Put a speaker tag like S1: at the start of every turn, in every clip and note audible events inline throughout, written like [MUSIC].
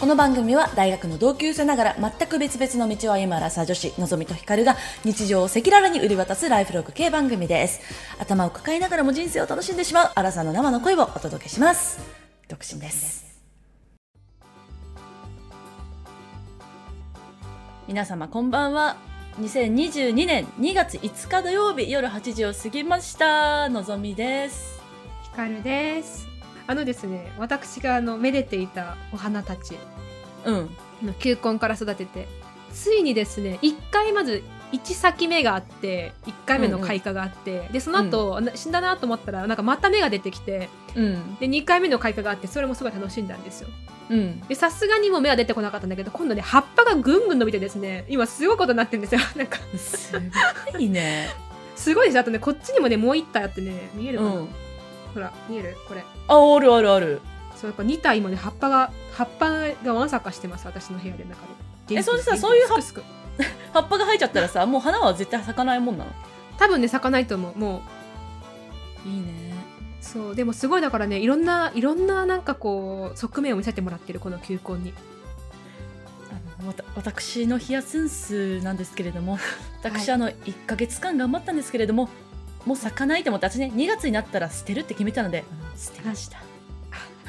S1: この番組は大学の同級生ながら全く別々の道を歩むアラサー女子のぞみとひかるが日常を赤裸々に売り渡すライフログ系番組です頭を抱えながらも人生を楽しんでしまうアラサーの生の声をお届けします独身です皆様こんばんは2022年2月5日土曜日夜8時を過ぎましたのぞみです
S2: ひかるです。あのですね、私があのめでていたお花たち、
S1: うん
S2: あの球根から育てて、ついにですね、一回まず一咲き目があって、一回目の開花があって、でその後、あの死んだなと思ったらなんかまた芽が出てきて、
S1: うん
S2: で二回目の開花があって、それもすごい楽しんだんですよ。
S1: うん
S2: でさすがにもう芽は出てこなかったんだけど、今度ね葉っぱがぐんぐん伸びてですね、今すごいことになってるんですよ。 [LAUGHS] なんか
S1: すごいね
S2: すごいです。あとねこっちにもねもう一体あってね見え
S1: う
S2: るかな、
S1: ん
S2: ほら見えるこれ。
S1: ああるあるある
S2: そうやっぱ2体もね葉っぱが葉っぱがわんさかしてます私の部屋で中で
S1: えそうでさ
S2: 元気
S1: そういう葉
S2: すくすく
S1: 葉っぱが生えちゃったらさもう花は絶対咲かないもんなの
S2: 多分ね咲かないと思うもう
S1: いいね
S2: そうでもすごいだからねいろんないろんななんかこう側面を見せてもらってるこの球根に
S1: あのわた私のヒヤセンスなんですけれども私、
S2: はい
S1: あの1ヶ月間頑張ったんですけれどももう咲かないと思って私ね2月になったら捨てるって決めたので捨てました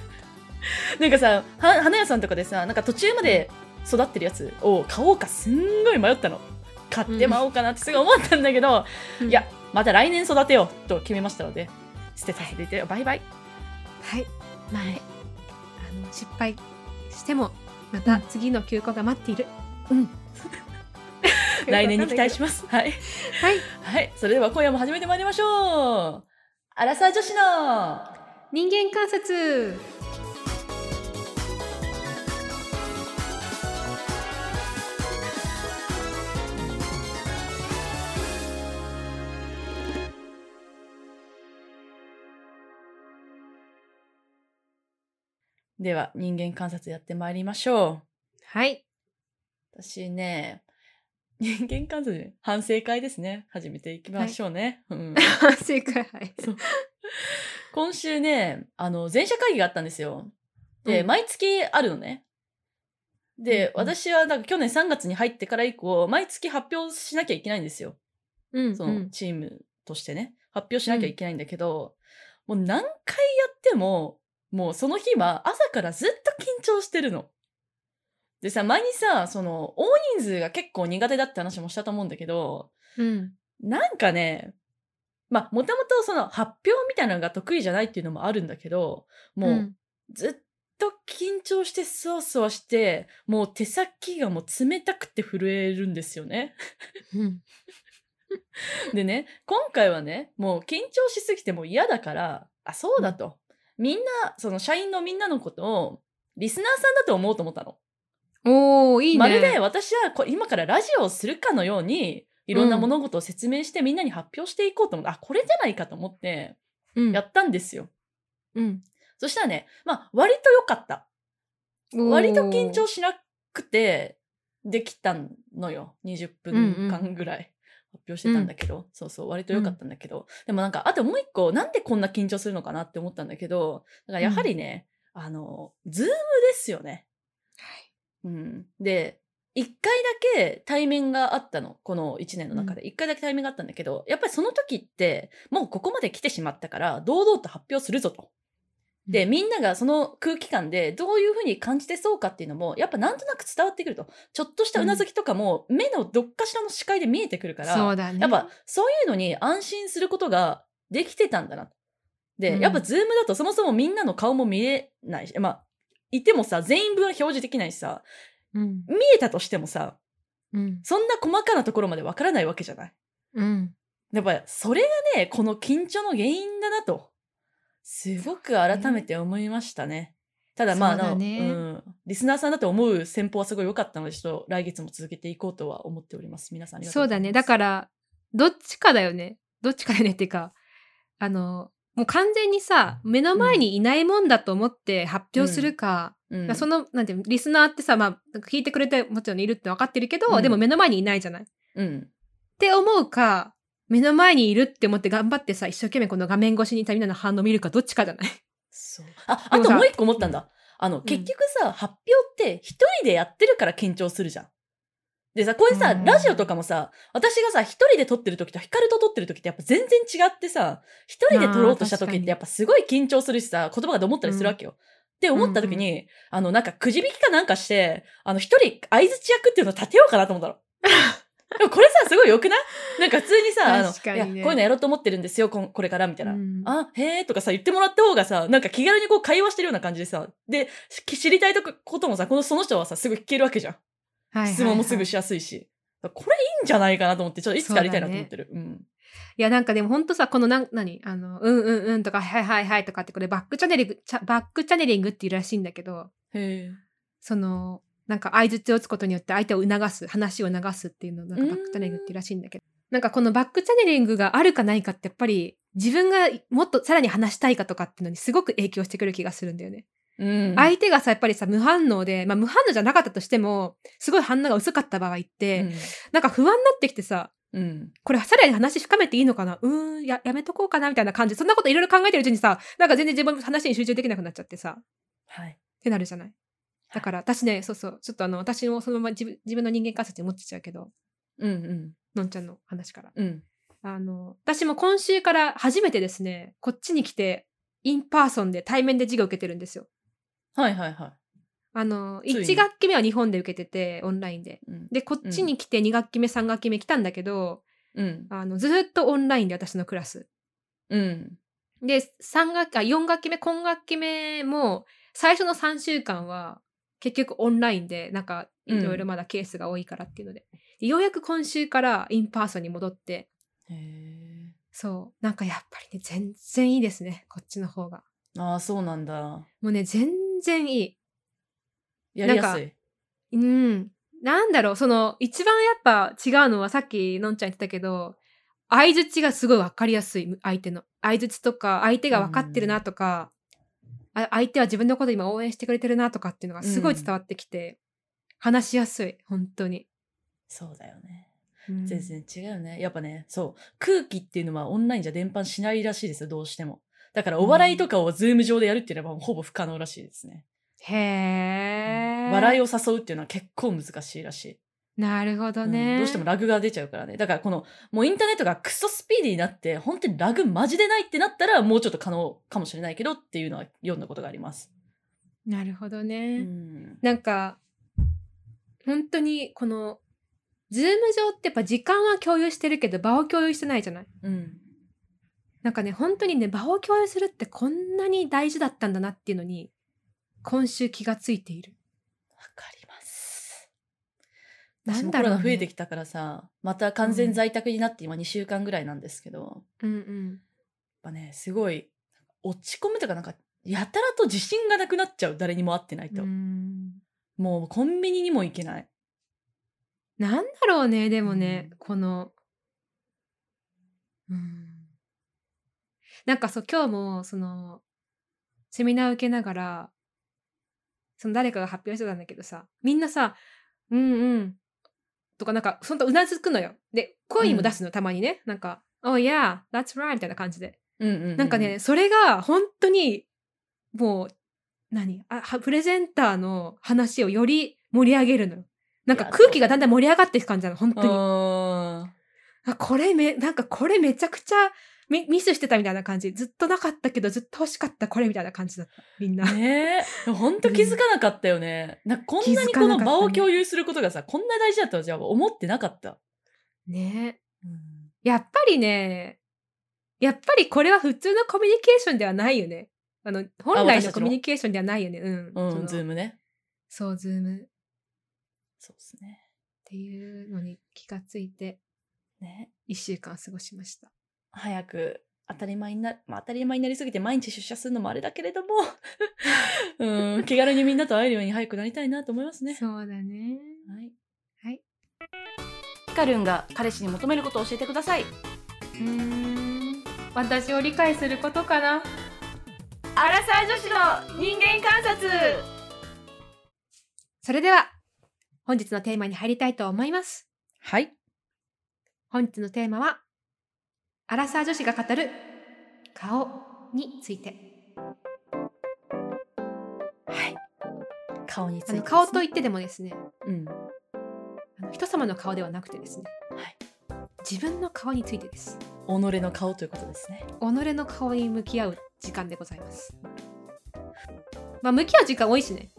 S1: [LAUGHS] なんかさは花屋さんとかでさなんか途中まで育ってるやつを買おうかすんごい迷ったの買ってまおうかなってすごい思ったんだけど、いやまた来年育てようと決めましたので捨てさせていただいてバイバイ
S2: はいまあねあの失敗してもまた次の球根が待っている
S1: うん [LAUGHS] 来年に期待しますはい
S2: ますはい
S1: はい、それでは今夜も始めてまいりましょう。アラサー女子の。
S2: 人間観察
S1: では、人間観察やってまいりましょ [LAUGHS]
S2: はい、
S1: う。私ね、 [LAUGHS] 人間観察ね、反省会ですね。始めていきましょうね。うん、
S2: 正解はい
S1: 今週ね、あの、前者会議があったんですよ。で、
S2: うん
S1: 毎月あるのね。で、
S2: うんうん
S1: 私はなんか去年3月に入ってから以降、毎月発表しなきゃいけないんですよ。
S2: うん
S1: そうの
S2: ん
S1: チームとしてね、発表しなきゃいけないんだけど、もう何回やっても、もうその日は朝からずっと緊張してるの。でさ、前にさ、その、大人数が結構苦手だって話もしたと思うんだけど、
S2: うん
S1: なんかね、まあ、もともとその発表みたいなのが得意じゃないっていうのもあるんだけど、もうずっと緊張してそわそわして、もう手先がもう冷たくて震えるんですよね。
S2: うん
S1: [LAUGHS] でね、今回はね、もう緊張しすぎてもう嫌だから、あ、そうだと。みんな、その社員のみんなのことを、リスナーさんだと思おうと思ったの。
S2: おおいいね
S1: まるで私はこ今からラジオをするかのように、いろんな
S2: うん
S1: 物事を説明してみんなに発表していこうと思って、あ、これじゃないかと思って、
S2: うん
S1: やったんですよ。
S2: うん
S1: そしたらね、まあ、割と良かった。割と緊
S2: お
S1: 張
S2: ー
S1: しなくてできたのよ20分間ぐらい、発表してたんだけど、そうそう割と良かったんだけど、でもなんかあともう一個なんでこんな緊張するのかなって思ったんだけどだからやはりね、あのズームですよね、うん、で1回だけ対面があったのこの1年の中で1回だけ対面があったんだけど、やっぱりその時ってもうここまで来てしまったから堂々と発表するぞと。で、みんながその空気感でどういうふうに感じてそうかっていうのも、やっぱなんとなく伝わってくると。ちょっとしたうなずきとかも、目のどっかしらの視界で見えてくるから、
S2: そうだね
S1: やっぱそういうのに安心することができてたんだな。で、
S2: うん
S1: やっぱズームだとそもそもみんなの顔も見えないし、まあ、いてもさ、全員分は表示できないしさ、
S2: うん
S1: 見えたとしてもさ、
S2: うん
S1: そんな細かなところまでわからないわけじゃない。
S2: うん
S1: やっぱそれがね、この緊張の原因だなと、すごく改めて思いましたね。ただまあ、
S2: そうだね
S1: あのうん、リスナーさんだと思う戦法はすごい良かったので、ちょっと来月も続けていこうとは思っております。皆さんありがと
S2: そう
S1: ご
S2: う
S1: ざ
S2: だ
S1: います。
S2: ねだからどっちかだよねどっちかだよねっていうかあのもう完全にさ目の前にいないもんだと思って発表するか、
S1: うん、
S2: まあそのなんていうのリスナーってさ、まあ、なんか聞いてくれてもちろんいるって分かってるけど、
S1: うん
S2: でも目の前にいないじゃない。っ
S1: うん、
S2: て思うか目の前にいるって思って頑張ってさ一生懸命この画面越しにいたみんなの反応見るかどっちかじゃない。
S1: そう。あ、あともう一個思ったんだ。あの、結局さ、発表って一人でやってるから緊張するじゃん。でさ、こういうさ、
S2: うん
S1: ラジオとかもさ、私がさ、一人で撮ってる時とヒカルと撮ってる時ってやっぱ全然違ってさ、一人で撮ろうとした時
S2: あー確か
S1: っ
S2: に
S1: てやっぱすごい緊張するしさ、言葉がどもったりするわけよ。って思った時に、あの、なんかくじ引きかなんかして、あの、一人相づち役っていうのを立てようかなと思った
S2: [LAUGHS]
S1: の。でもこれさ、すごい良くないなんか普通にさ、あの、
S2: 確かにね
S1: いや、こういうのやろうと思ってるんですよ、こんこれから、みたいな。
S2: うん
S1: あ、へーとかさ、言ってもらった方がさ、なんか気軽にこう会話してるような感じでさ、で、し知りたいとここともさ、このその人はさ、すぐ聞けるわけじゃん。
S2: はいはいはい
S1: 質問もすぐしやすいし。これいいんじゃないかなと思って、ちょっといつかやりたいなと思ってる。うん。
S2: いやなんかでもほんとさこのなん何あのうんうんうんとかはいはいはいとかってこれバックチャネリングチャバックチャネリングっていうらしいんだけど
S1: へ
S2: そのなんか相槌を打つことによって相手を促す話を流すっていうのをなんかバックチャネリングっていうらしいんだけどなんかこのバックチャネリングがあるかないかってやっぱり自分がもっとさらに話したいかとかっていうのにすごく影響してくる気がするんだよね。
S1: え。うん。
S2: 相手がさやっぱりさ無反応で、まあ、無反応じゃなかったとしてもすごい反応が薄かった場合って、なんか不安になってきて
S1: うん。
S2: さ
S1: うん。
S2: これさらに話深めていいのかなうーんややめとこうかなみたいな感じそんなこといろいろ考えてるうちにさなんか全然自分の話に集中できなくなっちゃってさっ
S1: はい。
S2: てなるじゃないだから私ねそうそうちょっとあの私もそのまま自分自分の人間観察に持ってっちゃうけど
S1: うんうん。
S2: のんちゃんの話から
S1: うん。
S2: あの私も今週から初めてですねこっちに来てインパーソンで対面で授業受けてるんですよ
S1: はいはいは
S2: あの
S1: ついに
S2: 1学期目は日本で受けててオンラインで
S1: い。うん。
S2: でこっちに来て2学期目3学期目来たんだけど、
S1: うん。
S2: あのずーっとオンラインで私のクラス
S1: うん。
S2: で、三学期、あ、4学期目、今学期目も、最初の3週間は、結局オンラインで、なんか、
S1: うん
S2: いろいろまだケースが多いからっていうので、でようやく今週からインパーソンに戻って、
S1: へえ。
S2: そう、なんかやっぱりね、全然いいですね、こっちの方が。
S1: ああ、そうなんだ。
S2: もうね、全然いい。
S1: やりやすい。
S2: うん。なんだろう、その、一番やっぱ違うのは、さっきのんちゃん言ってたけど、相づちがすごい分かりやすい、相手の。相づちとか、相手が分かってるなとか、あ相手は自分のこと今応援してくれてるなとかっていうのがすごい伝わってきて、話しやすい、本当に。
S1: そうだよね。
S2: うん
S1: 全然違うよね。やっぱね、そう。空気っていうのはオンラインじゃ伝播しないらしいですよ、どうしても。だからお笑いとかをズーム上でやるっていうのはほぼ不可能らしいですね。
S2: へー。
S1: 笑い
S2: を。
S1: を誘うっていうのは結構難しいらしい。
S2: なるほど
S1: う
S2: ね。
S1: んどうしてもラグが出ちゃうからね。だからこの、もうインターネットがクソスピーディーになって、本当にラグマジでないってなったら、もうちょっと可能かもしれないけどっていうのは読んだことがあります。
S2: なるほどね。
S1: うん。
S2: なんか、本当に、この、ズーム上ってやっぱ時間は共有してるけど、場を共有してないじゃない
S1: うん。
S2: なんかね、本当にね、場を共有するってこんなに大事だったんだなっていうのに、今週気がついている。
S1: わかります。
S2: な
S1: 私
S2: ん
S1: も
S2: だ
S1: コ
S2: ろ
S1: ロ
S2: う
S1: ナ
S2: ね
S1: 増えてきたからさ、また完全在宅になって今2週間ぐらいなんですけど、やっ
S2: うんうん。
S1: ぱね、すごい、落ち込むとかなんか、やたらと自信がなくなっちゃう。誰にも会ってないと。もうコンビニにも行けない。
S2: なんだろうね、でもね、
S1: うん
S2: この、うん。なんかそう、今日も、その、セミナー受けながら、その誰かが発表してたんだけどさ、みんなさ、うんうん、とかなんか、そんとうなずくのよ。で、声にも出すの、たまにね。なんか、oh yeah, that's right, みたいな感じで。
S1: うんうん、うん。
S2: なんかね、、それが本当にもう何あはプレゼンターの話をより盛り上げるのよ。なんか
S1: いや
S2: 空気がだんだん盛り上がっていく感じなの本当
S1: う
S2: に。
S1: ーん。
S2: あこれめなんかこれめちゃくちゃミミスしてたみたいな感じずっとなかったけどずっと欲しかったこれみたいな感じだったみんな。
S1: ねえ、ほんと気づかなかったよね。なんかこんなにこの場を共有することがさ、こんな大事だとはじゃあ思ってなかった。
S2: ねやっぱりねやっぱりこれは普通のコミュニケーションではないよね。あの本来
S1: 私た
S2: の
S1: ち
S2: コ
S1: の
S2: ミュニケーションではないよね。うん。
S1: う
S2: そ
S1: ん、
S2: の
S1: ズームね。
S2: そうズームっ
S1: そうですね。
S2: ていうのに気がついて
S1: ね。
S2: 1週間過ごしました。
S1: 早く当たり前にな、まあ、当たり前になりすぎて毎日出社するのもあれだけれ
S2: [LAUGHS]
S1: ども、うん、気軽にみんなと会えるように早くなりたいなと思いますね。
S2: そうだね。
S1: はい。
S2: はい。
S1: ヒカルンが彼氏に求めることを教えてください。
S2: うーん。私を理解することかな。
S1: アラサー女子の人間観察
S2: それでは、本日のテーマに入りたいと思います。
S1: はい。
S2: 本日のテーマは、アラサー女子が語る顔について。
S1: はい。顔についてです
S2: あ
S1: ね、
S2: の顔といってでもですね
S1: うん
S2: あの人様の顔ではなくてですね、
S1: はい
S2: 自分の顔についてです
S1: 己の顔ということですね
S2: 己の顔に向き合う時間でございますまあ向き合う時間多いしね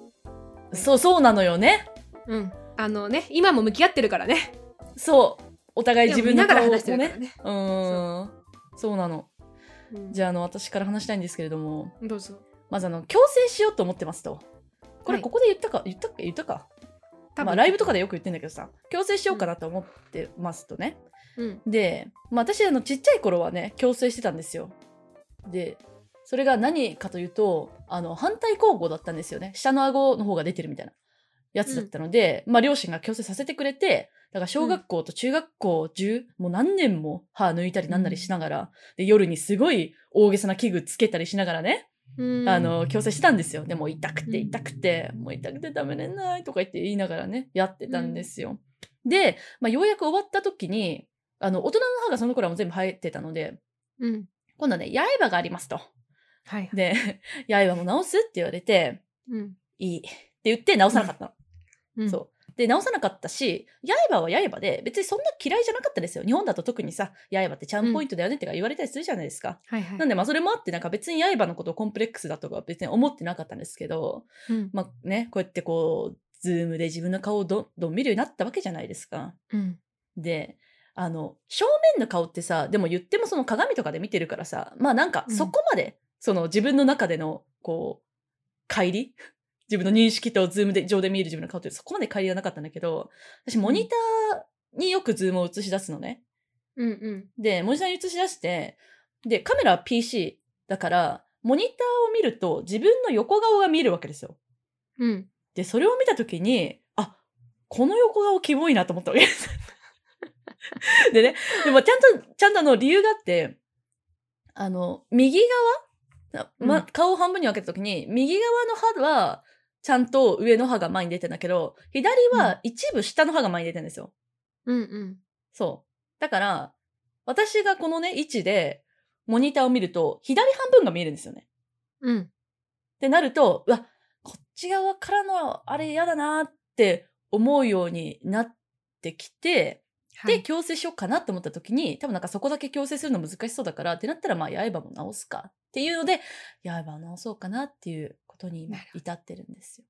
S1: そうそうなのよね
S2: うんあのね今も向き合ってるからね
S1: そうお互い自分の
S2: でも見な
S1: 顔
S2: がら
S1: を
S2: 話してるから
S1: ね
S2: ね
S1: うーんそうなのじ
S2: ゃ
S1: ゃああの私から話したいんですけれども
S2: どうぞ
S1: まずあの強制しようと思ってますとこれ
S2: はい
S1: ここで言ったか、言ったっけ言ったか
S2: 多分
S1: まあ、ライブとかでよく言ってんだけどさ強制しようかなと思ってますとね、
S2: うん
S1: で、まあ、私あのちっちゃい頃はね強制してたんですよでそれが何かというとあの反対交互だったんですよね下の顎の方が出てるみたいなやつだったので、まあ両親が強制させてくれてだから小学校と中学校中、もう何年も歯抜いたりなんなりしながら、で夜にすごい大げさな器具つけたりしながらね
S2: うん
S1: あの強制してたんですよでも痛くて痛くて、もう痛くて食べれないとか言って言いながらねやってたんですよ、で、まあ、ようやく終わった時にあの大人の歯がその頃はもう全部生えてたので
S2: うん
S1: 今度はね刃がありますと
S2: はいはい
S1: で刃も直すって言われて
S2: うん
S1: いいって言って直さなかったの、
S2: うん
S1: そうで直さなかったし刃は刃で別にそんな嫌いじゃなかったですよ日本だと特にさ刃ってチャームポイントだよねってか言われたりするじゃないですか、
S2: はいはい
S1: なんでまあそれもあってなんか別に刃のことをコンプレックスだとかは別に思ってなかったんですけど
S2: うん
S1: まあね、こうやってこう、ズームで自分の顔をどんどん見るようになったわけじゃないですか。
S2: うん
S1: で、あの、正面の顔ってさ、でも言ってもその鏡とかで見てるからさ、まあなんか
S2: うん
S1: そこまで、その自分の中での、こう、乖離 [LAUGHS] 自分の認識とズームで、上で見える自分の顔ってそこまで乖離がなかったんだけど、私モニターによくズームを映し出すのね。
S2: うんうん
S1: で、モニターに映し出して、で、カメラは PC だから、モニターを見ると自分の横顔が見えるわけですよ。
S2: うん
S1: で、それを見たときに、あ、この横顔キモいなと思ったわけ [LAUGHS] です。でね、でもちゃんと、ちゃんとあの理由があって、あの、右側、なま
S2: うん
S1: 顔を半分に分けたときに、右側の歯は、ちゃんと上の歯が前に出てんだけど、左は一部下の歯が前に出てんですよ。
S2: うんうん
S1: そう。だから、私がこのね、位置で、モニターを見ると、左半分が見えるんですよね。
S2: うん
S1: ってなると、うわ、こっち側からのあれ嫌だなって思うようになってきて、
S2: は
S1: で、
S2: い
S1: 強制しようかなって思った時に、多分なんかそこだけ強制するの難しそうだからってなったら、まあ、刃も直すかっていうので、刃を直そうかなっていうことに今
S2: なる
S1: 至ってるんですよ。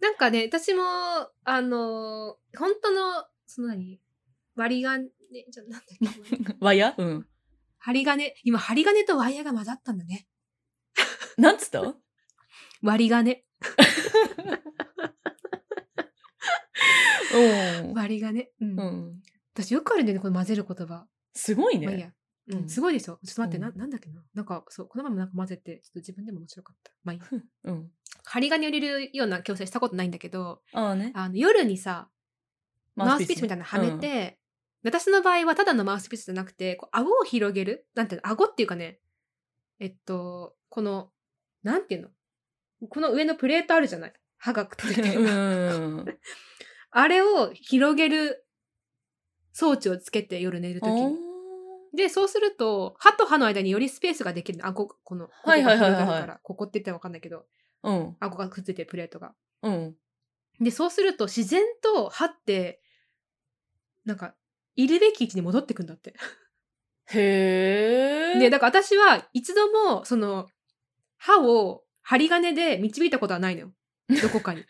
S2: なんかね、私も、あのー本当の、その何割り金、じゃ、なんだっけ [LAUGHS]
S1: ワイヤーうん。
S2: 針金。今、針金とワイヤーが混ざったんだね。
S1: なんつ
S2: [LAUGHS]
S1: った
S2: 割り金。
S1: うん。
S2: 割り金。うん。
S1: うん。
S2: 私よくあるんだよね、この混ぜる言葉。
S1: すごいね。
S2: ワイヤー。うん、
S1: うん
S2: すごいでしょちょっと待って、
S1: うん
S2: な、なんだっけななんか、そう、この前もなんか混ぜて、ちょっと自分でも面白かった。まあいいや
S1: うん。
S2: 針金を入れるような矯正したことないんだけど、
S1: ああね。
S2: あの、夜にさ、マウスピースみたいなのはめ
S1: うん
S2: て、私の場合はただのマウスピースじゃなくて、こう顎を広げるなんていうの顎っていうかね、えっと、この、なんていうのこの上のプレートあるじゃない歯がくっついて
S1: う
S2: る。 [LAUGHS]
S1: ん。
S2: あれを広げる装置をつけて夜寝るとき
S1: おー
S2: に。で、そうすると、歯と歯の間によりスペースができるの。顎、この、ここが
S1: はいはいはいはい
S2: 広がるからここって言ったらわかんないけど、
S1: うん。
S2: 顎がくっついてるプレートが。
S1: うん。
S2: で、そうすると自然と歯って、なんか、いるべき位置に戻ってくんだって。
S1: へえ。
S2: で、だから私は一度も、その、歯を針金で導いたことはないの
S1: [LAUGHS]
S2: よ。どこかに。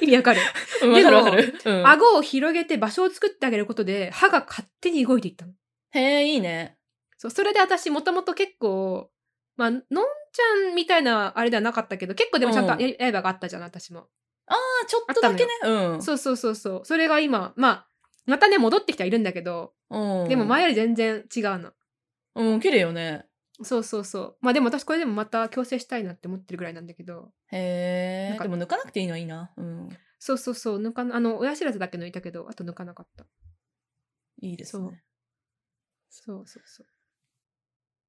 S2: 意味わかる、
S1: うんわかるわかる。うん
S2: 顎を広げて場所を作ってあげることで、歯が勝手に動いていったの。
S1: へえ、いいね。
S2: そう、それで私もともと結構、まあ、のんちゃんみたいなあれではなかったけど、結構でもちゃんと
S1: うん
S2: や刃があったじゃん、私も。
S1: あ、ちょっとだけね。うん。
S2: そうそうそうそう。それが今、まあ、またね、戻ってきてはいるんだけど、
S1: うん。
S2: でも前より全然違うの。
S1: うん、綺麗よね。
S2: そうそうそう。まあでも私これでもまた矯正したいなって思ってるぐらいなんだけど、
S1: へえ
S2: なん。か
S1: でも抜かなくていいのはいいな。うん。
S2: そうそうそう、抜かな、あの、親知らずだけ抜いたけど、あと抜かなかった。
S1: いいです
S2: そう
S1: ね。
S2: そうそうそう。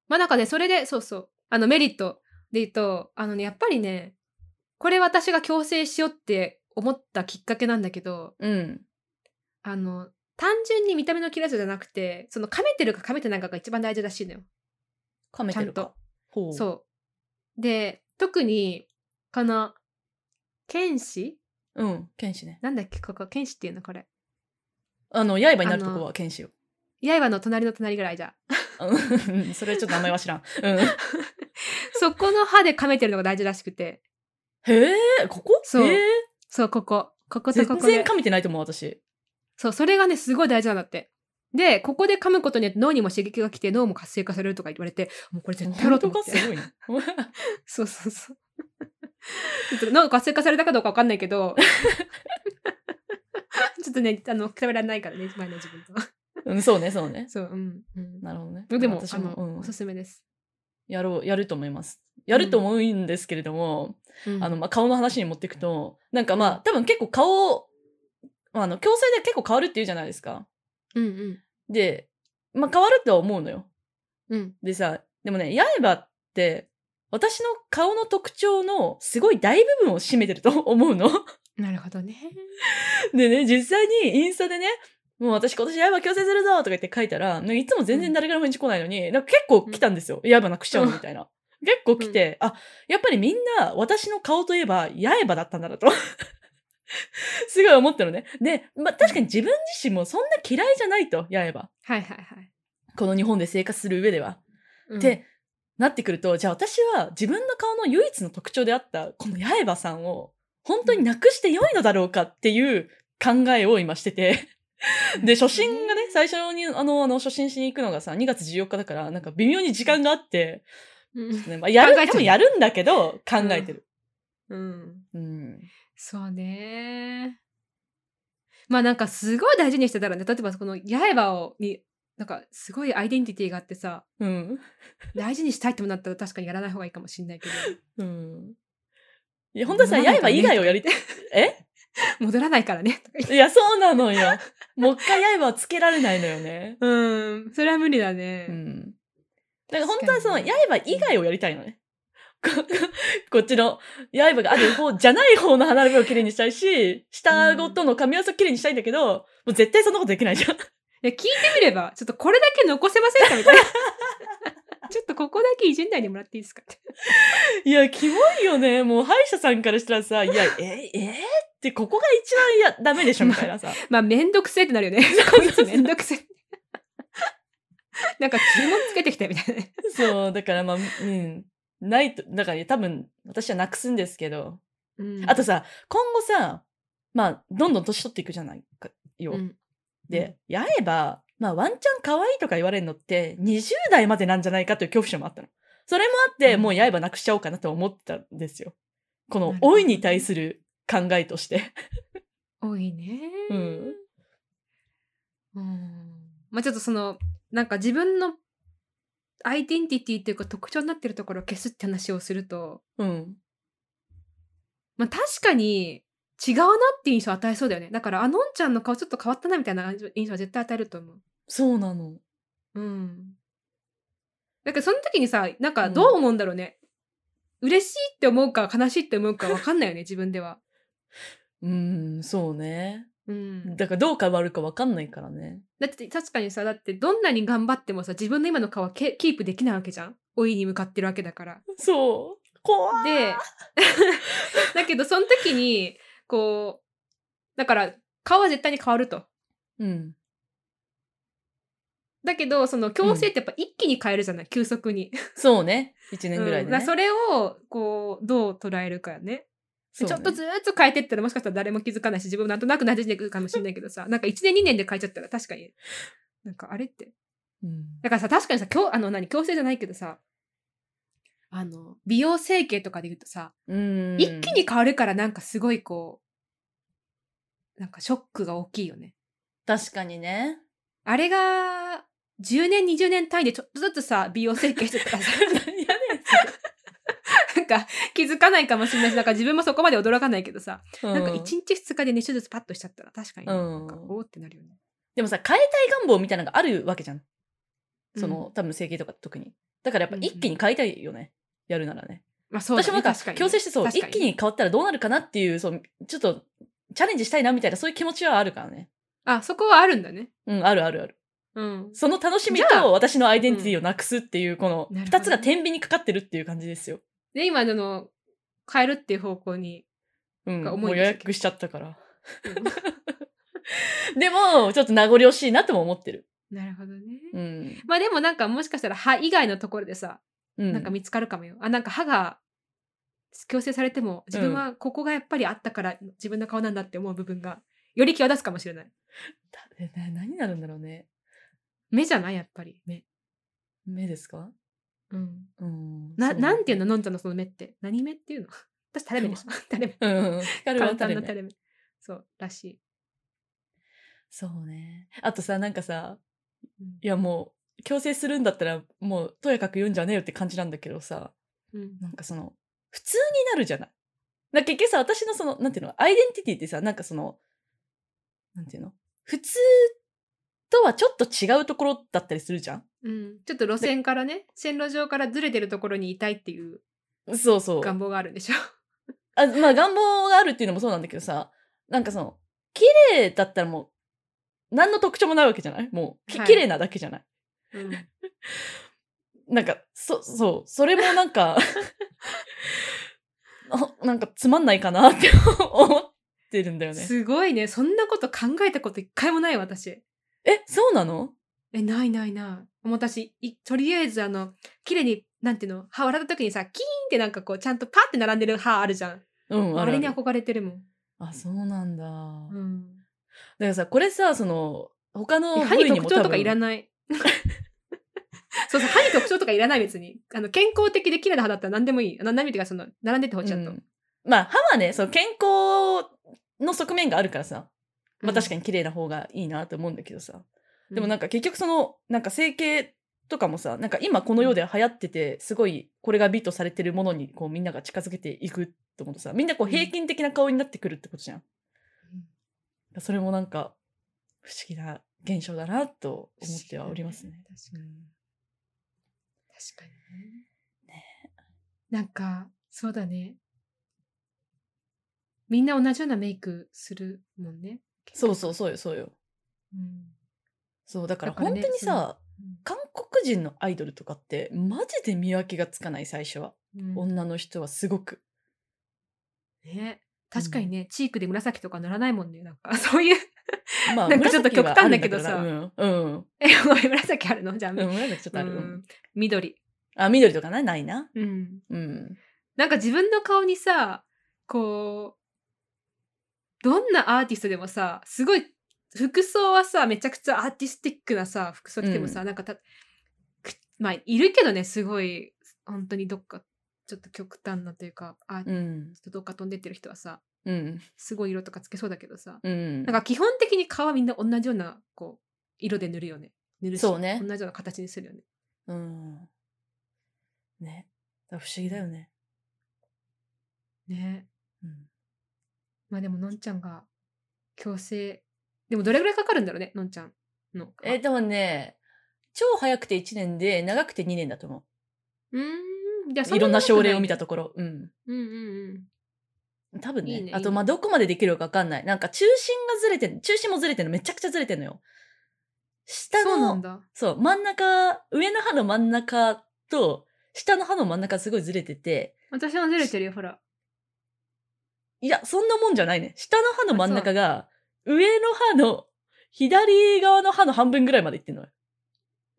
S2: まあなんかね、それで、そうそう、あのメリットで言うと、あのね、やっぱりね、これ私が矯正しようって思ったきっかけなんだけど、
S1: うん。
S2: あの、単純に見た目の綺麗さじゃなくて、その噛めてるか噛めてないかが一番大事らしいのよ。
S1: 噛めてる
S2: ちゃん
S1: か
S2: と。
S1: ほう。う。
S2: そう。で、特に、この、剣士
S1: うん、剣士ね。
S2: なんだっけここ剣士っていうのこれ
S1: あの、刃になるとこは剣士よ。
S2: 刃の隣の隣ぐらい
S1: [LAUGHS]
S2: じゃ
S1: うんそれちょっと名前は知らん。
S2: [LAUGHS]
S1: うん、
S2: そこの歯で噛めてるのが大事らしくて
S1: へえ、ここ
S2: そう
S1: へえ
S2: そうここここと
S1: 全
S2: ここ
S1: 然
S2: で
S1: 噛めてないと思う、私。
S2: そうそれがねすごい大事なんだってでここで噛むことによって脳にも刺激が来て脳も活性化されるとか言われてもうこれ絶対やろうと
S1: 本
S2: 思っ
S1: 当
S2: て
S1: かすごいな。
S2: [LAUGHS] そうそうそう。ちょっと脳活性化されたかどうかわかんない
S1: [LAUGHS]
S2: けど。ちょっとね、あの、比べられないからね、前の自分とは。
S1: [LAUGHS] うん、そうね、そうね。
S2: そう、うん。うん、
S1: なるほどね。
S2: でも、
S1: 私
S2: あの、
S1: うん
S2: おすすめです。
S1: やろう、やると思います。やると思うんですけれども、あの、まあ、顔の話に持っていくと、なんかまあ、多分結構顔、まあ、あの、矯正で結構変わるっていうじゃないですか。
S2: うんうん。
S1: で、まあ、変わるとは思うのよ。
S2: うん。
S1: でさ、でもね、刃って、私の顔の特徴のすごい大部分を占めてると思うの。
S2: なるほどね。
S1: でね、実際にインスタでね、もう私今年刃強制するぞとか言って書いたら、なんかいつも全然誰からも返事来ないのに、なんか結構来たんですよ。刃なくしちゃうのみたいな。結構来て、あ、やっぱりみんな私の顔といえば刃だったんだなと。 [LAUGHS] すごい思ったのね。で、まあ、確かに自分自身もそんな嫌いじゃないと、刃。
S2: はいはいはい。
S1: この日本で生活する上では。
S2: うん
S1: って、なってくると、じゃあ私は自分の顔の唯一の特徴であった、この刃さんを、本当になくして良いのだろうかっていう考えを今してて。で、初心がね、最初に、あの、あの、初心しに行くのがさ、2月14日だから、なんか微妙に時間があって、
S2: うん
S1: ねまあ、や
S2: 考え
S1: る、
S2: ちゃう
S1: 多分やるんだけど、考えてる。
S2: うん。
S1: うん。
S2: そうね。まあなんかすごい大事にしてたらね、例えばこの刃をに、なんかすごいアイデンティティがあってさ、
S1: うん。
S2: 大事にしたいってもなったら確かにやらない方がいいかもし
S1: [LAUGHS]
S2: んないけ
S1: う
S2: ど、
S1: ん。いや、本当にさ、
S2: 飲まないか
S1: 刃
S2: らね
S1: 以外をやりたい。え
S2: 戻らないからね、とか言って
S1: いや、そうなのよ。もう一回刃をつけられないのよね。
S2: うん、それは無理だね。
S1: うん。だから本当はその
S2: 確かに
S1: 刃以外をやりたいのね。こ [LAUGHS] こっちの刃がある方じゃない方の花火をきれいにしたいし、下顎との噛み合わせをきれいにしたいんだけど、もう絶対そんなことできないじゃん。
S2: いや聞いてみれば、ちょっとこれだけ残せませんかみたいな。 [LAUGHS] ちょっとここだけいじんないでもらっていいですかって。
S1: いや、キモいよね。もう歯医者さんからしたらさ、い
S2: [LAUGHS]
S1: や、ええってここが一番いやダメでしょみたいな
S2: [LAUGHS]
S1: さ。
S2: まあ、めんどくせえってなるよね。こいつめんどくせえ。なんか注文つけてきたみたいなね。
S1: そう、だからまあ、うん。ないと、だから多分私はなくすんですけど。
S2: うん
S1: あと、さ、今後さ、まあ、どんどん年取っていくじゃないかよ。
S2: うん
S1: で、やれば、まあワンチャン可愛いとか言われるのって20代までなんじゃないかという恐怖心もあったの。それもあって、
S2: うん
S1: もうやればなくしちゃおうかなと思ってたんですよ。こ
S2: な
S1: の
S2: るほど
S1: 老いに対する考えとして。
S2: 多いね。
S1: うん。
S2: うんまあ、ちょっとその、なんか自分のアイデンティティっていうか特徴になってるところを消すって話をすると、
S1: うん。
S2: まあ、確かに違うなって印象を与えそうだよね。だから、あのんちゃんの顔ちょっと変わったなみたいな印象は絶対与えると思う。
S1: そうなの。
S2: うん。だからその時にさ、なんか
S1: うん
S2: どう思うんだろうね。嬉しいって思うか悲しいって思うかわかんないよね、 [LAUGHS] 自分では。
S1: うん、そうね。
S2: うん。だ
S1: だからどう変わるかわかんないから
S2: [LAUGHS]
S1: ね。
S2: って確かにさ、だってどんなに頑張ってもさ、自分の今の顔はけキープできないわけじゃん。老いに向かってるわけだから。
S1: そう。怖い。 [LAUGHS]
S2: で、だけどその時に、こう、だから顔は絶対に変わると。
S1: うん。
S2: だけど、その矯正ってやっぱ一気に変えるじゃない、急速に。
S1: そうね。1年ぐらい
S2: うん
S1: で、
S2: だ
S1: ね
S2: からそれを、こう、どう捉えるかよね。
S1: そう
S2: ち
S1: ね
S2: ょっとずつ変えてったらもしかしたら誰も気づかないし自分もなんとなく馴染んでいくかもしれないけどさ [LAUGHS] なんか1年2年で変えちゃったら確かになんかあれって
S1: うん
S2: だからさ確かにさ強あの何強制じゃないけどさあの美容整形とかで言うとさ、
S1: うん。
S2: 一気に変わるからなんかすごいこうなんかショックが大きいよね
S1: 確かにね。
S2: あれが10年20年単位でちょっとずつさ美容整形して [LAUGHS] たらさなんか気づかないかもしれないしなんか自分もそこまで驚かないけどさなんか1日2日でね手術パッとしちゃったら確かにね、
S1: うん
S2: なんかおーってなるよね。
S1: でもさ、変えたい願望みたいなのがあるわけじゃん。その、多分整形とか特に。だからやっぱ
S2: うんうん
S1: 一気に変えたいよね。やるならね。
S2: まあそうだね
S1: 私もなんか、
S2: 確かに
S1: 強制してそう、
S2: 確か
S1: 一気に変わったらどうなるかなっていう、そう、ちょっと、チャレンジしたいなみたいな、そういう気持ちはあるからね。
S2: あそこはあるんだね
S1: うん、あるあるある。
S2: うん
S1: その楽しみ
S2: じゃあ
S1: と私のアイデンティティをなくすっていう、この
S2: なるほど
S1: 二
S2: ね
S1: つが天秤にかかってるっていう感じですよ。
S2: で今あの変えるっていう方向に
S1: うん、
S2: が
S1: も
S2: 重
S1: う
S2: い
S1: 予
S2: ですけど
S1: 約しちゃったから。 [LAUGHS] でも、ちょっと名残惜しいなとも思ってる。
S2: なるほどね。
S1: うん。
S2: まあでもなんかもしかしたら歯以外のところでさ、
S1: うん、
S2: なんか見つかるかもよ。あ、なんか歯が矯正されても、自分はここがやっぱりあったから自分の顔なんだって思う部分が、より際立つかもしれない。
S1: たえな何になるんだろうね。
S2: 目じゃないやっぱり。目。
S1: 目ですか
S2: うん。
S1: うん。
S2: な、
S1: そう
S2: なんていうののんちゃんのその目って。何目っていうの [LAUGHS] 私、垂れ目でしょ [LAUGHS] 垂れ目。
S1: うんうん。光る
S2: 簡
S1: は垂
S2: 単
S1: れ
S2: な
S1: 目
S2: 垂れ目。そう、らしい。
S1: そうね。あとさ、なんかさ、
S2: うん
S1: いやもう、強制するんだったら、もう、とやかく言うんじゃねえよって感じなんだけどさ、
S2: うん。
S1: なんかその、普通になるじゃない。だから結局さ、私のその、なんていうの、アイデンティティってさ、なんかその、なんていうの、普通とはちょっと違うところだったりするじゃ
S2: うん。ちょっと路線からね、線路上からずれてるところにいたいっていうん
S1: そうそう。
S2: 願望があるんでしょ。
S1: あまあ願望があるっていうのもそうなんだけどさ、なんかその、綺麗だったらもう、何の特徴もないわけじゃないもう、き
S2: はい
S1: 綺麗なだけじゃない、
S2: うん。
S1: なんか、そ、そう、それもなんか、 [LAUGHS] ななんかつまんないかなって思ってるんだよね。
S2: すごいね。そんなこと考えたこと一回もない私。
S1: え、そうなの
S2: え、ないないない。もう私、いとりあえずあの、綺麗に、なんていうの、歯笑った時にさ、キーンってなんかこう、ちゃんとパって並んでる歯あるじゃん。
S1: うん、
S2: あ
S1: ある
S2: れ
S1: あ
S2: に
S1: る。
S2: 憧れてるもん。
S1: あ、そうなんだ。
S2: う
S1: だ
S2: ん。
S1: からさ、これさ、その、他の
S2: え歯
S1: 部
S2: に
S1: 位に
S2: 特
S1: も
S2: 徴
S1: 多
S2: とかいら
S1: 分、 [LAUGHS]
S2: ない。そうそう、歯に特徴とかいらない別に。あの、健康的で綺麗な歯だったら何でもいい。な何でもいいっていうか、その、並んでてほちゃんと。
S1: うんまあ、歯はね、その健康の側面があるからさ、まあ確か
S2: に。
S1: に綺麗な方がいいなと思うんだけどさ。でも
S2: う
S1: なんか結局そのなんか整形とかもさなんか今この世で流行っててすごいこれが美とされてるものにこうみんなが近づけていくと思うとさみんなこう
S2: うん
S1: 平均的な顔になってくるってことじゃん。それもなんか不思議な現象だなと思ってはおりますね。
S2: 確かに。確かにね。なんか、そうだね。みんな同じようなメイクするもんね。
S1: そうそうそうよそうよ。
S2: うん。
S1: そうだから
S2: だから
S1: 本
S2: ね
S1: 当にさ、
S2: うん
S1: 韓国人のアイドルとかってマジで見分けがつかない最初は、
S2: うん
S1: 女の人はすご
S2: [LAUGHS]
S1: く。
S2: ね、確かにね、チークで紫とか塗らないもんね。なんか、そういう。 [LAUGHS]
S1: ま
S2: なんかちょっと極端だけどさ
S1: 紫はあるんだからうん
S2: え、お前紫あるのじゃあ、
S1: うんうん紫ちょっとある、う
S2: うんん緑。
S1: あ緑とかねないな。
S2: うん。
S1: うん
S2: なんか自分の顔にさ、こう、どんなアーティストでもさ、すごい、服装はさ、めちゃくちゃアーティスティックなさ、服装着てもさ、なんかた、くまあ、いるけどね、すごい、本当にどっか、ちょっと極端なというか、アーティ
S1: うん。
S2: ストどっか飛んでってる人はさ、
S1: うん。
S2: すごい色とかつけそうだけどさ、
S1: うん。
S2: なんか基本的に顔はみんな同じような、こう、色で塗るよね。塗るし、
S1: そうね
S2: 同じような形にするよね。
S1: うん。ね。だから不思議だよね。
S2: ね
S1: うん。
S2: まあでも、のんちゃんが、矯正、でもどれぐらいかかるんだろうね、のんちゃんの。
S1: えー、でもね、超早くて1年で、長くて2年だと思
S2: うーん。じゃあ、
S1: う。いろんな症例を見
S2: た。
S1: たところ。うん。
S2: うんうん
S1: 多分ね。
S2: いいね
S1: あ
S2: いい
S1: と、
S2: ね
S1: まあ、どこまでできるかわかんない。なんか、中心がずれてん中心もずれてんの。めちゃくちゃずれてんのよ。
S2: うん。
S1: 下
S2: そうなん
S1: の、
S2: だ。
S1: そう真ん中、上の歯の真ん中と、下の歯の真ん中すごいずれてて、
S2: 私もずれてるよ、ほら。
S1: いや、そんなもんじゃないね。下の歯の真ん中が、上の歯の、左側の歯の半分ぐらいまでいってんのよ。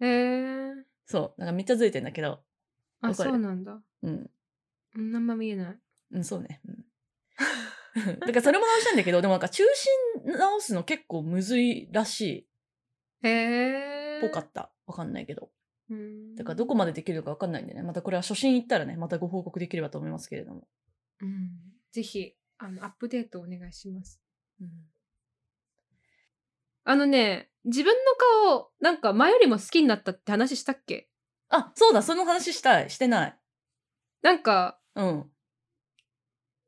S2: へえ。
S1: そう。なんかめっちゃずれてんだけど。
S2: あ、
S1: わかる
S2: そうなんだ。
S1: うん。
S2: うん、あんま見えない。
S1: うん、そうね。
S2: [LAUGHS]
S1: うん。だからそれも直したんだけど、でもなんか中心直すの結構むずいらし
S2: へえ。
S1: い。ぽかった。わかんないけど。
S2: うん。
S1: だからどこまでできるかわかんないんでね。またこれは初心行ったらね、またご報告できればと思いますけれども。
S2: うん。ぜひ、あの、アップデートお願いします。あのね、自分の顔、なんか前よりも好きになったって話したっけ
S1: あ、そうだ、その話したい。してない。
S2: なんか、
S1: うん。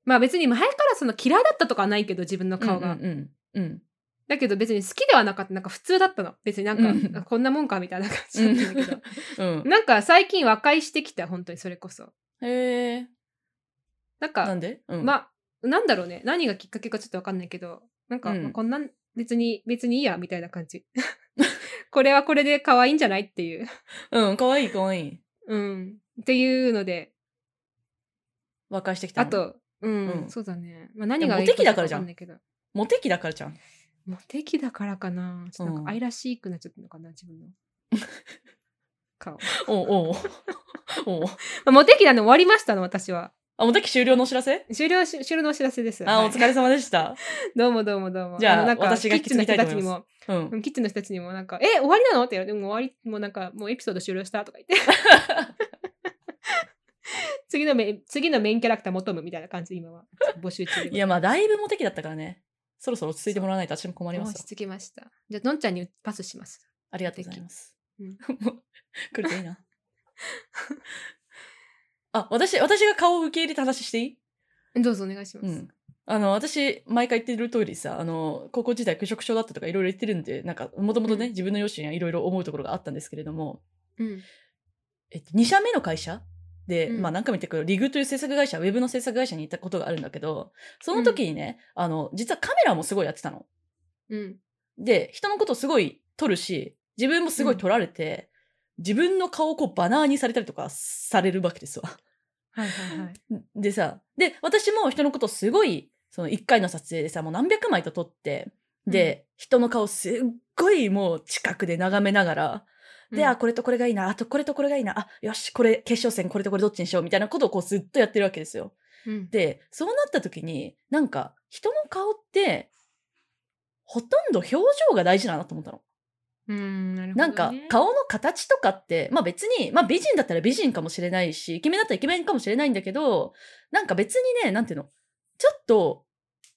S2: まあ別に前からその嫌いだったとかはないけど、自分の顔が。
S1: うんうんうん。
S2: [LAUGHS]
S1: うん。
S2: だけど別に好きではなかった。なんか普通だったの。別になん
S1: う
S2: か、
S1: ん
S2: あこんなもんかみたいな感じだったんだけど。
S1: [LAUGHS] うん、
S2: なんか最近和解してきた、本当にそれこそ。
S1: へえ。
S2: なん
S1: な
S2: か、
S1: んで、うん、
S2: まあ、なんだろうね。何がきっかけかちょっとわかんないけど、なんか、
S1: うん
S2: まあこんなん、別に、別にいいや、みたいな感じ。 [LAUGHS] これはこれで可愛いんじゃないっていう。
S1: うん、かわいいかわいい。
S2: うん。っていうので、
S1: 和解してきた
S2: あ
S1: の。
S2: と、うん、
S1: うん
S2: そうだね。まあ、何が
S1: でもモテ期だからじゃん
S2: 影響したかわかないけど
S1: モテ期だからじゃん。
S2: モテ期だからかな。ちょっとな
S1: う
S2: ん
S1: ん
S2: か愛らしくなっちゃったのかな、
S1: [LAUGHS]
S2: 自分の。顔。
S1: おうおうおう
S2: まあモテ期なんで終わりましたの、私は。
S1: あ、モテ期終了のお知らせ
S2: 終了し、終了のお知らせです。
S1: あ、
S2: はい
S1: お疲れ様でした。
S2: どうもどうもどうも。
S1: じゃあ
S2: のなんか
S1: 私が引き
S2: キッチン
S1: 継ぎ
S2: の
S1: た
S2: 人
S1: いと思
S2: たち
S1: い
S2: に
S1: ます
S2: も、
S1: う。
S2: うんんキッチンの人たちにも、なんか、え、終わりなのって言われて、もう終わり、もうなんか、もうエピソード終了したとか言って。 [LAUGHS] 次のメイン、次のメインキャラクター求むみたいな感じで今は募集中でござます
S1: いや、まあ、だいぶモテ期だったからね。そろそろ落ち着いてもらわないと私も困りま
S2: 落
S1: すよ
S2: ち着きました。じゃあ、のんちゃんにパスします。
S1: ありがとうございます。
S2: うん
S1: [LAUGHS] もう来るといい
S2: [LAUGHS]
S1: な。あ、私、私が顔を受け入れた話していい
S2: どうぞお願いします。
S1: うん。あの、私、毎回言ってる通りさ、あの、高校時代苦職症だったとかいろいろ言ってるんで、なんか、もともとね、
S2: うん
S1: 自分の両親はいろいろ思うところがあったんですけれども、
S2: うん
S1: えっと、2社目の会社で、
S2: うん
S1: まあ何回も言ってくるリグという制作会社、ウェブの制作会社に行ったことがあるんだけど、その時にね、あの、実はカメラもすごいやってたの。
S2: うん。
S1: で、人のことすごい撮るし、自分もすごい撮られて、自分の顔をこうバナーにされたりとかされるわけですわ。
S2: はいはいはい。
S1: でさ、で、私も人のことすごい、その1回の撮影でさ、もう何百枚と撮って、で、人の顔すっごいもう近くで眺めながら、で、あ、これとこれがいいな、あとこれとこれがいいな、あ、よし、これ、決勝戦、これとこれどっちにしよう、みたいなことをこうずっとやってるわけですよ。
S2: うん、
S1: で、そうなった時に、なんか、人の顔って、ほとんど表情が大事だなと思ったの。
S2: うん、なるほ
S1: な
S2: ど、ね。
S1: んか、顔の形とかって、まあ別に、まあ美人だったら美人かもしれないし、イケメンだったらイケメンかもしれないんだけど、なんか別にね、なんていうの、ちょっと、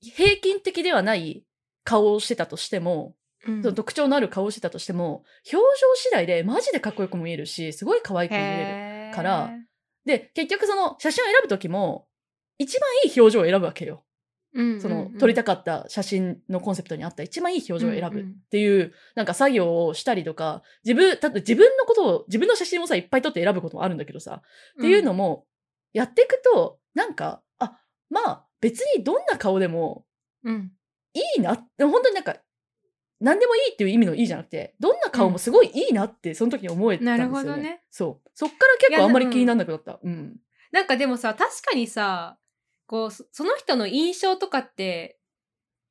S1: 平均的ではない顔をしてたとしても、
S2: うん
S1: その特徴のある顔をしてたとしても表情次第でマジでかっこよくも見えるしすごい可愛くも見える。
S2: へー
S1: からで結局その写真を選ぶ時も一番いい表情を選ぶわけよ。
S2: うんうんうん
S1: その撮りたかった写真のコンセプトに合った一番いい表情を選ぶ
S2: う
S1: っ
S2: んうん
S1: ていうなんか作業をしたりとか自分だって自分のことを自分の写真をさいっぱい撮って選ぶこともあるんだけどさっていうのもやっていくとなんかあまあ別にどんな顔でも
S2: うん
S1: いいなでも本当になんか何でもいいっていう意味のいいじゃなくてどんな顔もすごいいいなってその時に思えたんですよ、ね
S2: なるほどね
S1: そうそっから結
S2: い
S1: 構
S2: や
S1: あんまり気にならなくなったうん、
S2: なんかでもさ確かにさこうそその人の印象とかって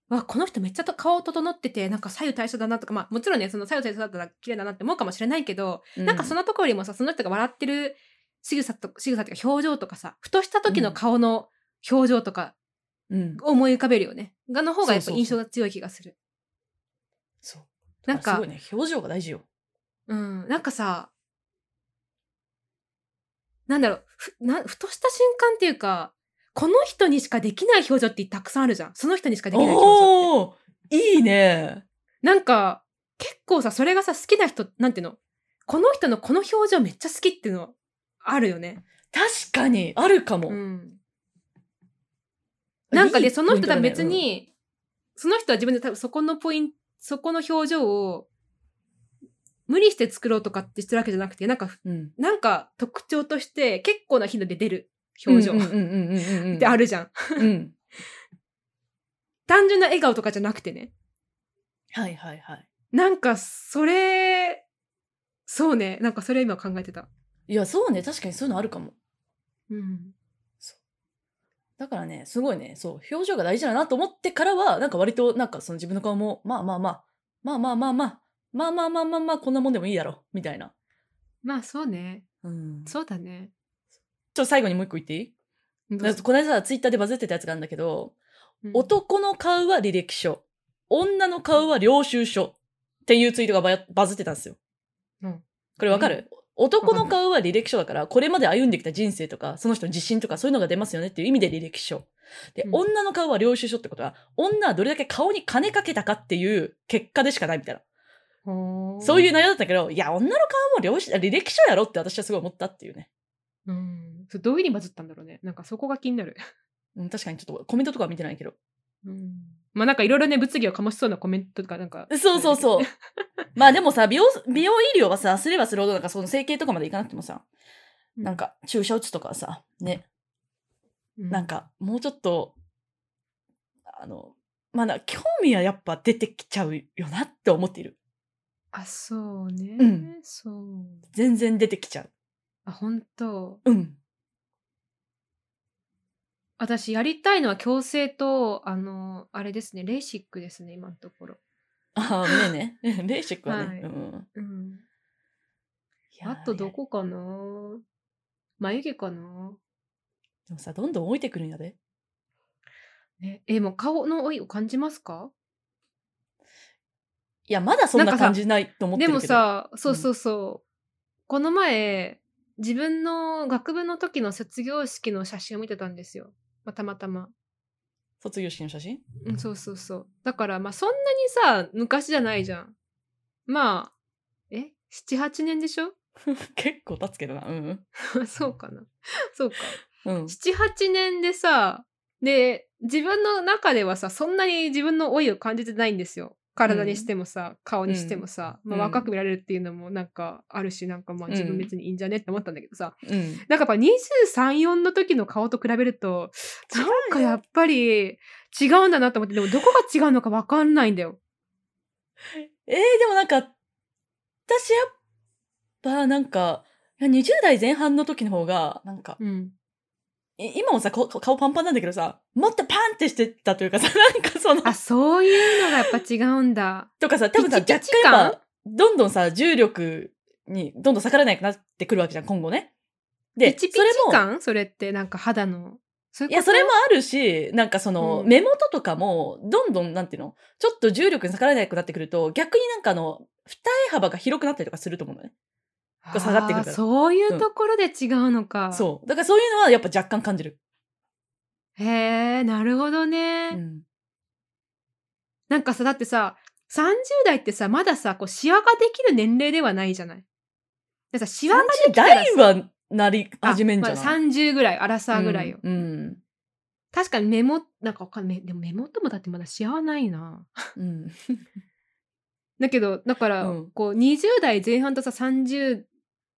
S2: わこの人めっちゃと顔整っててなんか左右対称だなとかまあもちろんねその左右対称だったら綺麗だなって思うかもしれないけど、なんかそ
S1: の
S2: のところよりもさその人が笑ってる仕草と仕草というか表情とかさふとした時の顔の表情とか
S1: うん
S2: を思い浮かべるよね、がの方がやっぱ
S1: そうそうそう
S2: 印象が強い気がする。
S1: そう
S2: なん
S1: あす
S2: か
S1: ごい、ね表情が大事よ
S2: うん、なんかさ、なんだろう、ふ、な、ふとした瞬間っていうか、この人にしかできない表情ってたくさんあるじゃん。その人にしかできない表情って。
S1: おおーいいね
S2: なんか、結構さ、それがさ、好きな人、なんていうのこの人のこの表情めっちゃ好きっていうのあるよね。
S1: 確かにあるかも、
S2: うん。なんか
S1: い
S2: で、
S1: い
S2: その人多分
S1: ポイント
S2: 別
S1: だね
S2: に、その人は自分で多分そこのポイント、そこの表情を、無理して作ろうとかってしてるわけじゃなくて、なんか
S1: うんうん
S2: なんか特徴として結構な頻度で出る表情
S1: うんう
S2: っ
S1: んうんうんうん [LAUGHS] うん
S2: てあるじゃん。
S1: うん
S2: 単純な笑顔とかじゃなくてね。
S1: はいはいはい
S2: なんかそれ、そうね。なんかそれ今考えてた。
S1: いやそうね確かにそういうのあるかも
S2: うん。
S1: だからね、すごいね、そう、表情が大事だなと思ってからは、なんか割と、なんかその自分の顔も、まあまあまあ、まあまあまあまあ、まあまあまあまあまあ、こんなもんでもいいだろう、みたいな。
S2: まあそうね。
S1: うん。ちょっ
S2: そうだね。
S1: と最後にもう一個言っていい
S2: ど
S1: なか
S2: うんぞ
S1: この間さ、ツイッターでバズってたやつがあるんだけど、
S2: うん
S1: 男の顔は履歴書、女の顔は領収書っていうツイートがバヤバズってたんですよ。
S2: うん
S1: これわかる、男の顔は履歴書だから、これまで歩んできた人生とか、その人の自信とか、そういうのが出ますよねっていう意味で履歴書。で、
S2: うん
S1: 女の顔は領収書ってことは、女はどれだけ顔に金かけたかっていう結果でしかないみたいな。
S2: ほー
S1: そういう内容だったけど、いや、女の顔も領収履歴書やろって私はすごい思ったっていうね。
S2: うん。そうどういうふうにバズったんだろうね。なんかそこが気になる。
S1: うん、確かにちょっとコメントとかは見てないけど。
S2: うん。まあなんかいろいろね、物議を醸しそうなコメントとかなんか。
S1: そうそうそう。まあでもさ、美容、美容医療はさ、すればするほど、なんかその整形とかまでいかなくてもさ、
S2: うん
S1: なん、か注射打つとかさ、ね、
S2: う
S1: なん。かもうちょっと、あの、まあな、興味はやっぱ出てきちゃうよなって思っている。
S2: あ、そうね。
S1: うん
S2: そう。
S1: 全
S2: [LAUGHS]
S1: 然出てきちゃう。
S2: あ、本当
S1: うん。
S2: 私やりたいのは矯正とあのあれですねレーシックですね今のところ、
S1: ああ、目ね。レーシックはね。
S2: は
S1: う
S2: い
S1: ん。
S2: うん、
S1: いやー
S2: あとど
S1: いや
S2: こかな眉毛かな
S1: でもさ、どんどん置いてくるんやで。
S2: ねえもう顔の老いを感じますか
S1: いや、まだそん
S2: なん
S1: な
S2: かさ
S1: 感じないと思って
S2: で
S1: るけ
S2: も
S1: ど。
S2: さそうそうそう、この前自分の学部の時の卒業式の写真を見てたんですよ、まあ、たまたま、
S1: 卒業式の写真 [LAUGHS]
S2: うん、そうそうそうだからまあそんなにさ昔じゃないじゃんまあえ78年でしょ [LAUGHS]
S1: 結構経つけどな。うん。
S2: そうかなそうか
S1: うん。
S2: 78年でさで自分の中ではさそんなに自分の老いを感じてないんですよ体にしてもさ、顔にしてもさ、
S1: ん
S2: まあ、
S1: うん
S2: 若く見られるっていうのもなんかあるしなんかまあ自分別にいいんじゃねって思ったんだけどさ、
S1: うん。
S2: なんかやっぱ234の時の顔と比べるとなんかやっぱり違うんだなと思ってでもどこが違うのか分かんないんだよ。
S1: えー、でもなんか、私やっぱなんか、いや20代前半の時の方が、なんか、
S2: うん、
S1: い今もさ、こ顔パンパンなんだけどさ、もっとパンってしてたというかさ、なんかその、
S2: あそういうのがやっぱ違うんだ。
S1: とかさ、多分さ、
S2: ピチ
S1: 若
S2: ピチ
S1: 干やっぱ、どんどんさ、重力にどんどん逆らえなくなってくるわけじゃん、今後ね。で、
S2: ピチピチ
S1: それも、
S2: 感それってなんか肌の。そういう
S1: い
S2: こと
S1: や、それもあるし、なんかその、
S2: うん
S1: 目元とかも、どんどん、なんていうのちょっと重力に逆らえなくなってくると、逆になんかあの、二重幅が広くなったりとかすると思うのね。が下がってくるから
S2: あーそういうところで違うのか。
S1: そう。だからそういうのはやっぱ若干感じる。
S2: へえ、なるほどね、
S1: うん。
S2: なんかさ、だってさ、30代ってさ、まださ、こう、シワができる年齢ではないじゃない。でさ、シワができ
S1: 30
S2: たらさ
S1: 代はなり始めんじゃない、
S2: あまあ、30ぐらい、アラサーぐらいよ。
S1: うん。うん
S2: 確かに目も、なんかわかんない。でも目元もだってまだシワはないな。
S1: うん。
S2: だけど、だから、
S1: うん
S2: こう、20代前半とさ、30、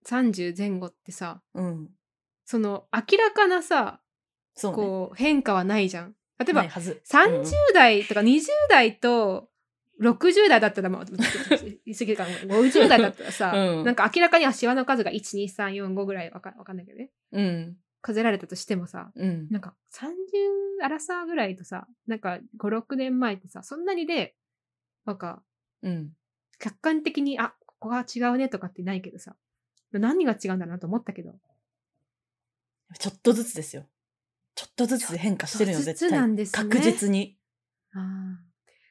S2: 30前後ってさ、
S1: うん。
S2: その、明らかなさ、
S1: そう、ね。
S2: こう、変化はないじゃん。例えば
S1: ない、はず。
S2: 30代とか20代と60代だったらまあ言い過ぎるかも50代だったらさ、
S1: うん
S2: なんか明らかにはシワの数が12345ぐらいわかわかんないけどね
S1: うん。
S2: 数えられたとしてもさ
S1: うん。
S2: なんか30アラサーぐらいとさなんか56年前ってさそんなにでなんか
S1: うん。
S2: 客観的にあここは違うねとかってないけどさ何が違うんだろうなと思ったけど
S1: ちょっとずつですよ。ちょっとずつ変化してるよ、
S2: ちょっと
S1: 絶
S2: ずつな
S1: 対。
S2: んですね
S1: 確実に。
S2: あー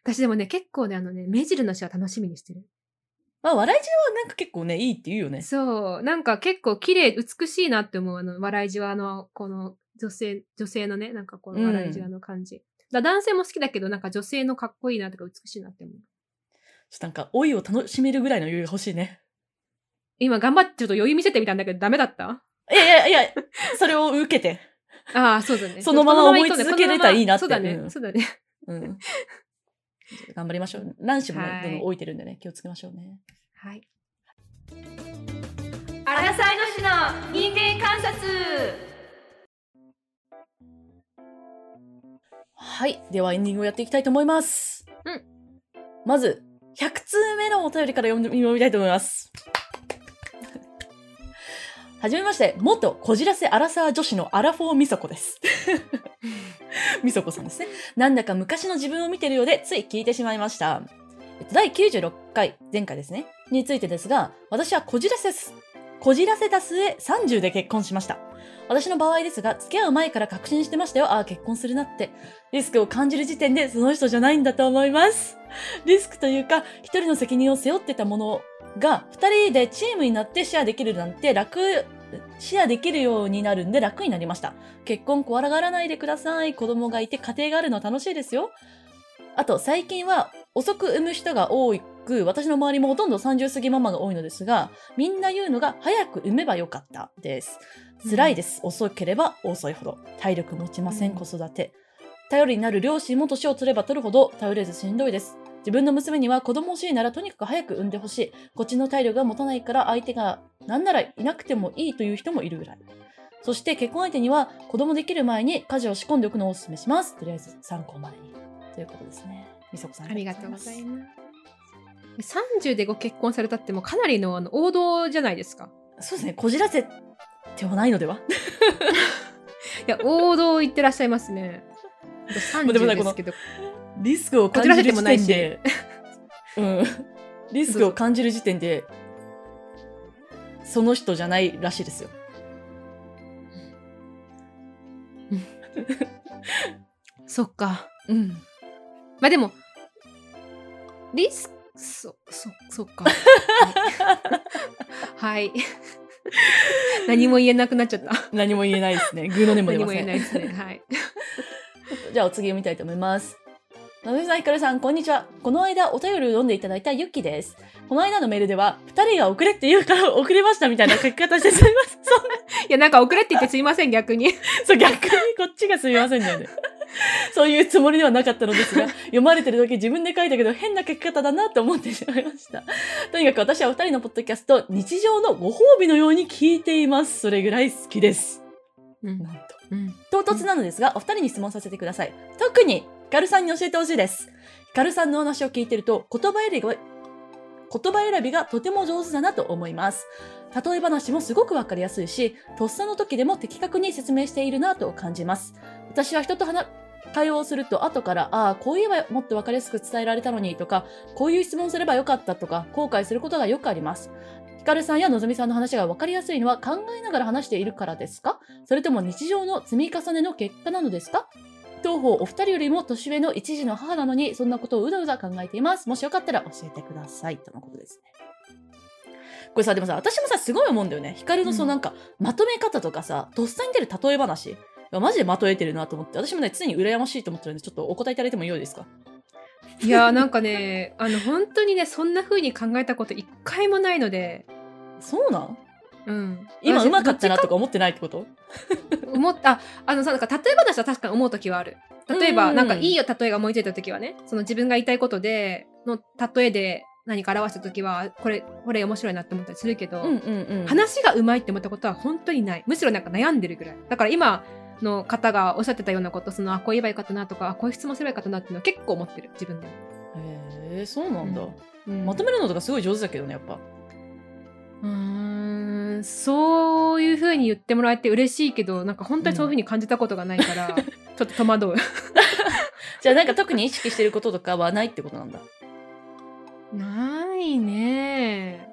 S2: 私でもね結構ねあのね目尻のシワ楽しみにしてる
S1: まあ、笑い中はなんか結構ね、いいって言うよね。
S2: そう。なんか結構綺麗、美しいなって思う、あの、笑いじわの、この、女性、女性のね、なんかこの笑いじわの感じ。だ男性も好きだけど、なんか女性のかっこいいなとか美しいなって思う。
S1: ちょっとなんか、老いを楽しめるぐらいの余裕が欲しい
S2: [LAUGHS]
S1: ね。
S2: 今頑張ってちょっと余裕見せてみたんだけど、ダメだった
S1: いやいやいや、それを受けて。
S2: ああ、そうだね。
S1: そのまま思い
S2: この行こうね
S1: 続けれたらいいなって
S2: このままそうだ
S1: う
S2: ね。
S1: ん
S2: そうだね。
S1: うん。頑張りましょう。卵子も
S2: は
S1: ね、どん
S2: い
S1: どん置いてるんでね、気をつけましょうね。
S2: はい。アラサイの市の人間観察
S1: はい。では、エンディングをやっていきたいと思います。
S2: うん。
S1: まず、100通目のお便りから読んで読みたいと思います。 [LAUGHS] はじめまして、元こじらせアラサー女子のアラフォーみそこです。 [LAUGHS] みそこさんですね。なんだか昔の自分を見てるようで、つい聞いてしまいました。えっと第96回、前回ですね、についてですが、私はこじらせす、こじらせた末30で結婚しました。私の場合ですが、付き合う前から確信してましたよ。ああ、結婚するなって。リスクを感じる時点でその人じゃないんだと思います。リスクというか、一人の責任を背負ってたものが、二人でチームになってシェアできるなんて楽、シェアできるようになるんで楽になりました。結婚怖がらないでください。子供がいて家庭があるのは楽しいですよ。あと、最近は遅く産む人が多く、私の周りもほとんど30過ぎママが多いのですが、みんな言うのが早く産めばよかったです。辛いです。遅ければ遅いほど。体力持ちません、
S2: うん
S1: 子育て。頼りになる両親も年を取れば取るほど頼れずしんどいです。自分の娘には子供欲しいならとにかく早く産んでほしい。こっちの体力が持たないから相手が何ならいなくてもいいという人もいるぐらい。そして結婚相手には子供できる前に家事を仕込んでおくのをお勧めします。とりあえず参考までに。ということですね。みそこさん
S2: ありがとうございます。30でご結婚されたってもうかなりのあの王道じゃないですか。
S1: そうですね。こじらせてはないのでは
S2: いや王道を言ってらっしゃいます
S1: [LAUGHS]
S2: ね
S1: でもね
S2: 30ですけど
S1: リスクを感じる時点で、うん、リスクを感じる時点で、その人じゃないらしいですよ。
S2: そっか
S1: うん、
S2: まあでもリスクそそそっ
S1: [LAUGHS]
S2: かはい [LAUGHS] 何も言えなくなっちゃった
S1: 何も言えないですね。グーの音も出
S2: 何
S1: ま
S2: も
S1: せん。
S2: 言えないですねはい
S1: じゃあお次を見たいと思います。なのさん、ひかるさん、こんにちは。この間お便りを読んでいただいたゆっきです。この間のメールでは、二人が遅れって言うから遅れましたみたいな書き方してすみません。そう
S2: いやなんか遅れって言ってすいません逆に
S1: そう、逆にこっちがすみませんだよね。そういうつもりではなかったのですが、読まれてる時自分で書いたけど変な書き方だなと思ってしまいました。とにかく私はお二人のポッドキャスト、日常のご褒美のように聞いています。それぐらい好きです。
S2: うん
S1: なんと。
S2: うん
S1: 唐突なのですが、お二人に質問させてください。特に、ヒカルさんに教えてほしいです。ヒカルさんのお話を聞いてると、言葉選びが、言葉選びがとても上手だなと思います。例え話もすごくわかりやすいし、とっさの時でも的確に説明しているなと感じます。私は人と話、会話をすると後から、ああ、こう言えばもっとわかりやすく伝えられたのにとか、こういう質問すればよかったとか、後悔することがよくあります。ヒカルさんやのぞみさんの話がわかりやすいのは考えながら話しているからですかそれとも日常の積み重ねの結果なのですか当方お二人よりも年上の一児の母なのにそんなことをうだうだ考えていますもしよかったら教えてくださいとのことですねこれさでもさ私もさすごい思うんだよね光のそうの
S2: ん
S1: なんか、まとめ方とかさとっさに出る例え話がマジでまとえてるなと思って私もね常に羨ましいと思ってるんでちょっとお答えいただいてもよいですか
S2: いやーなんかねあの本当にねそんな風に考えたこと一回もないので、
S1: そうなん
S2: うん、
S1: 今
S2: 私
S1: うまかったなとか思ってないってこと
S2: 思った [LAUGHS] あのさなんか例え話は確かに思う時はある例えば、
S1: うん
S2: なんかいいよ例えが思いついた時はねその自分が言いたいことでの例えで何か表した時はこれこれ面白いなって思ったりするけど、
S1: うんうんうん
S2: 話がうまいって思ったことは本当にないむしろなんか悩んでるぐらいだから今の方がおっしゃってたようなことそのあこう言えばよかったなとかあこういう質問すればよかったなっていうのは結構思ってる自分でも、
S1: へえそうなんだ、
S2: うん
S1: まとめるのとかすごい上手だけどねやっぱ
S2: うーんそういうふうに言ってもらえて嬉しいけどなんか本当にそういうふうに感じたことがない
S1: [LAUGHS]
S2: から、ちょっと戸惑う
S1: じゃあなんか特に意識してることとかはないってことなんだ
S2: ないね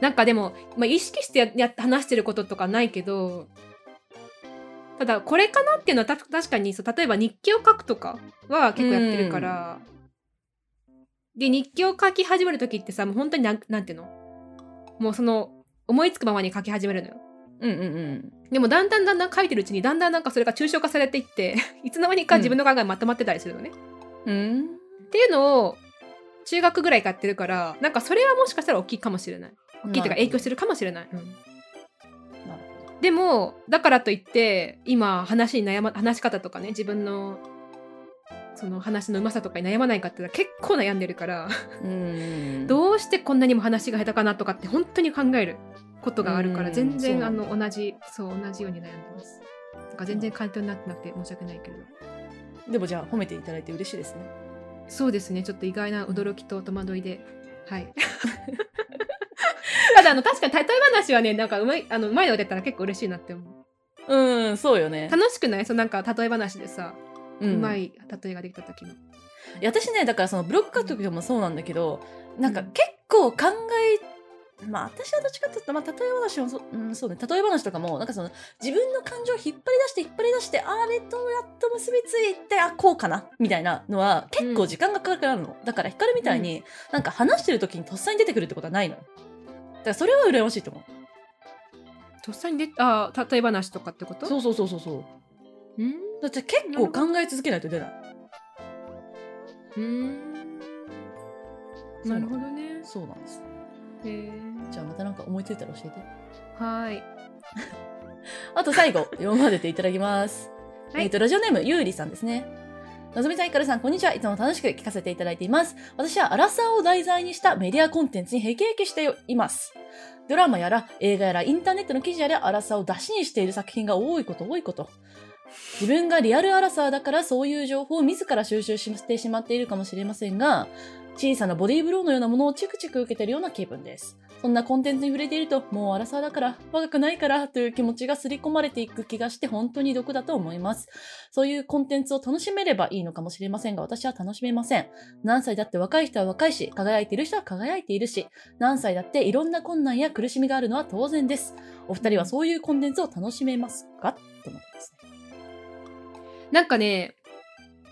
S2: なんかでも、まあ、意識してやや話してることとかないけどただこれかなっていうのはた確かにそう例えば日記を書くとかは結構やってるから、で日記を書き始める時ってさもう本当になんなんていうのもうその思いつくままに書き始めるのよ
S1: うんうんうん
S2: でもだんだんだんだん書いてるうちにだんだんなんかそれが抽象化されていって [LAUGHS] いつの間にか自分の考えがまとまってたりするのね。
S1: うん
S2: っていうのを中学ぐらいからやってるからなんかそれはもしかしたら大きいかもしれない大きいというか影響してるかもしれない。うん
S1: なるほど
S2: でもだからといって今話に悩ま話し方とかね自分のその話のうまさとかに悩まないかって言ったら結構悩んでるから、
S1: うんう
S2: どうしてこんなにも話が下手かなとかって本当に考えることがあるから
S1: うん
S2: 全然
S1: そ
S2: あ
S1: うなんだ
S2: の同じそう同じように悩んでます。だから全然回答になってなくて申し訳ないけれど。
S1: でもじゃあ褒めていただいて嬉しいですね
S2: そうですね、ちょっと意外な驚きと戸惑いで。 [LAUGHS] はい。ただ、あの、確かに例え話はね、なんかうまい、あの、うまいのが出たら結構嬉しいなって思う。
S1: うんそうよね、
S2: 楽しくないそう、なんか例え話でさ、
S1: う、
S2: うんま
S1: い
S2: い例えができた時の。
S1: や私ねだからそのブロック書く時もそうなんだけどなんか結構考えまあ私はどっちかっていうと、まあ、例え話もそう,、うん、そうね例え話とかもなんかその自分の感情を引っ張り出して引っ張り出してあれとやっと結びついてあこうかなみたいなのは結構時間がかかるの、だから光みたいに、なんか話してる時にとっさに出てくるってことはないのよだからそれは羨ましいと思う
S2: とっさに出あー例え話とかってこと
S1: そうそうそうそうそう
S2: うん
S1: だって結構考え続けないと出ない。
S2: うん。なるほどね。
S1: そうなんです。
S2: へー
S1: じゃあまたなんか思いついたら教えて。
S2: はい。
S1: あと最後、 [LAUGHS] 読ませていただきます。
S2: はい
S1: えっ、と、ラジオネーム、ゆうりさんですね。のぞみさん、ひかるさん、こんにちは。いつも楽しく聞かせていただいています。私はアラサーを題材にしたメディアコンテンツにへきへきしています。ドラマやら映画やらインターネットの記事やらアラサーを出しにしている作品が多いこと多いこと。自分がリアルアラサーだからそういう情報を自ら収集してしまっているかもしれませんが、小さなボディーブローのようなものをチクチク受けているような気分です。そんなコンテンツに触れていると、もう荒沢だから、若くないからという気持ちが刷り込まれていく気がして本当に毒だと思います。そういうコンテンツを楽しめればいいのかもしれませんが、私は楽しめません。何歳だって若い人は若いし、輝いている人は輝いているし、何歳だっていろんな困難や苦しみがあるのは当然です。お二人はそういうコンテンツを楽しめますかと思いますね。
S2: なんかね、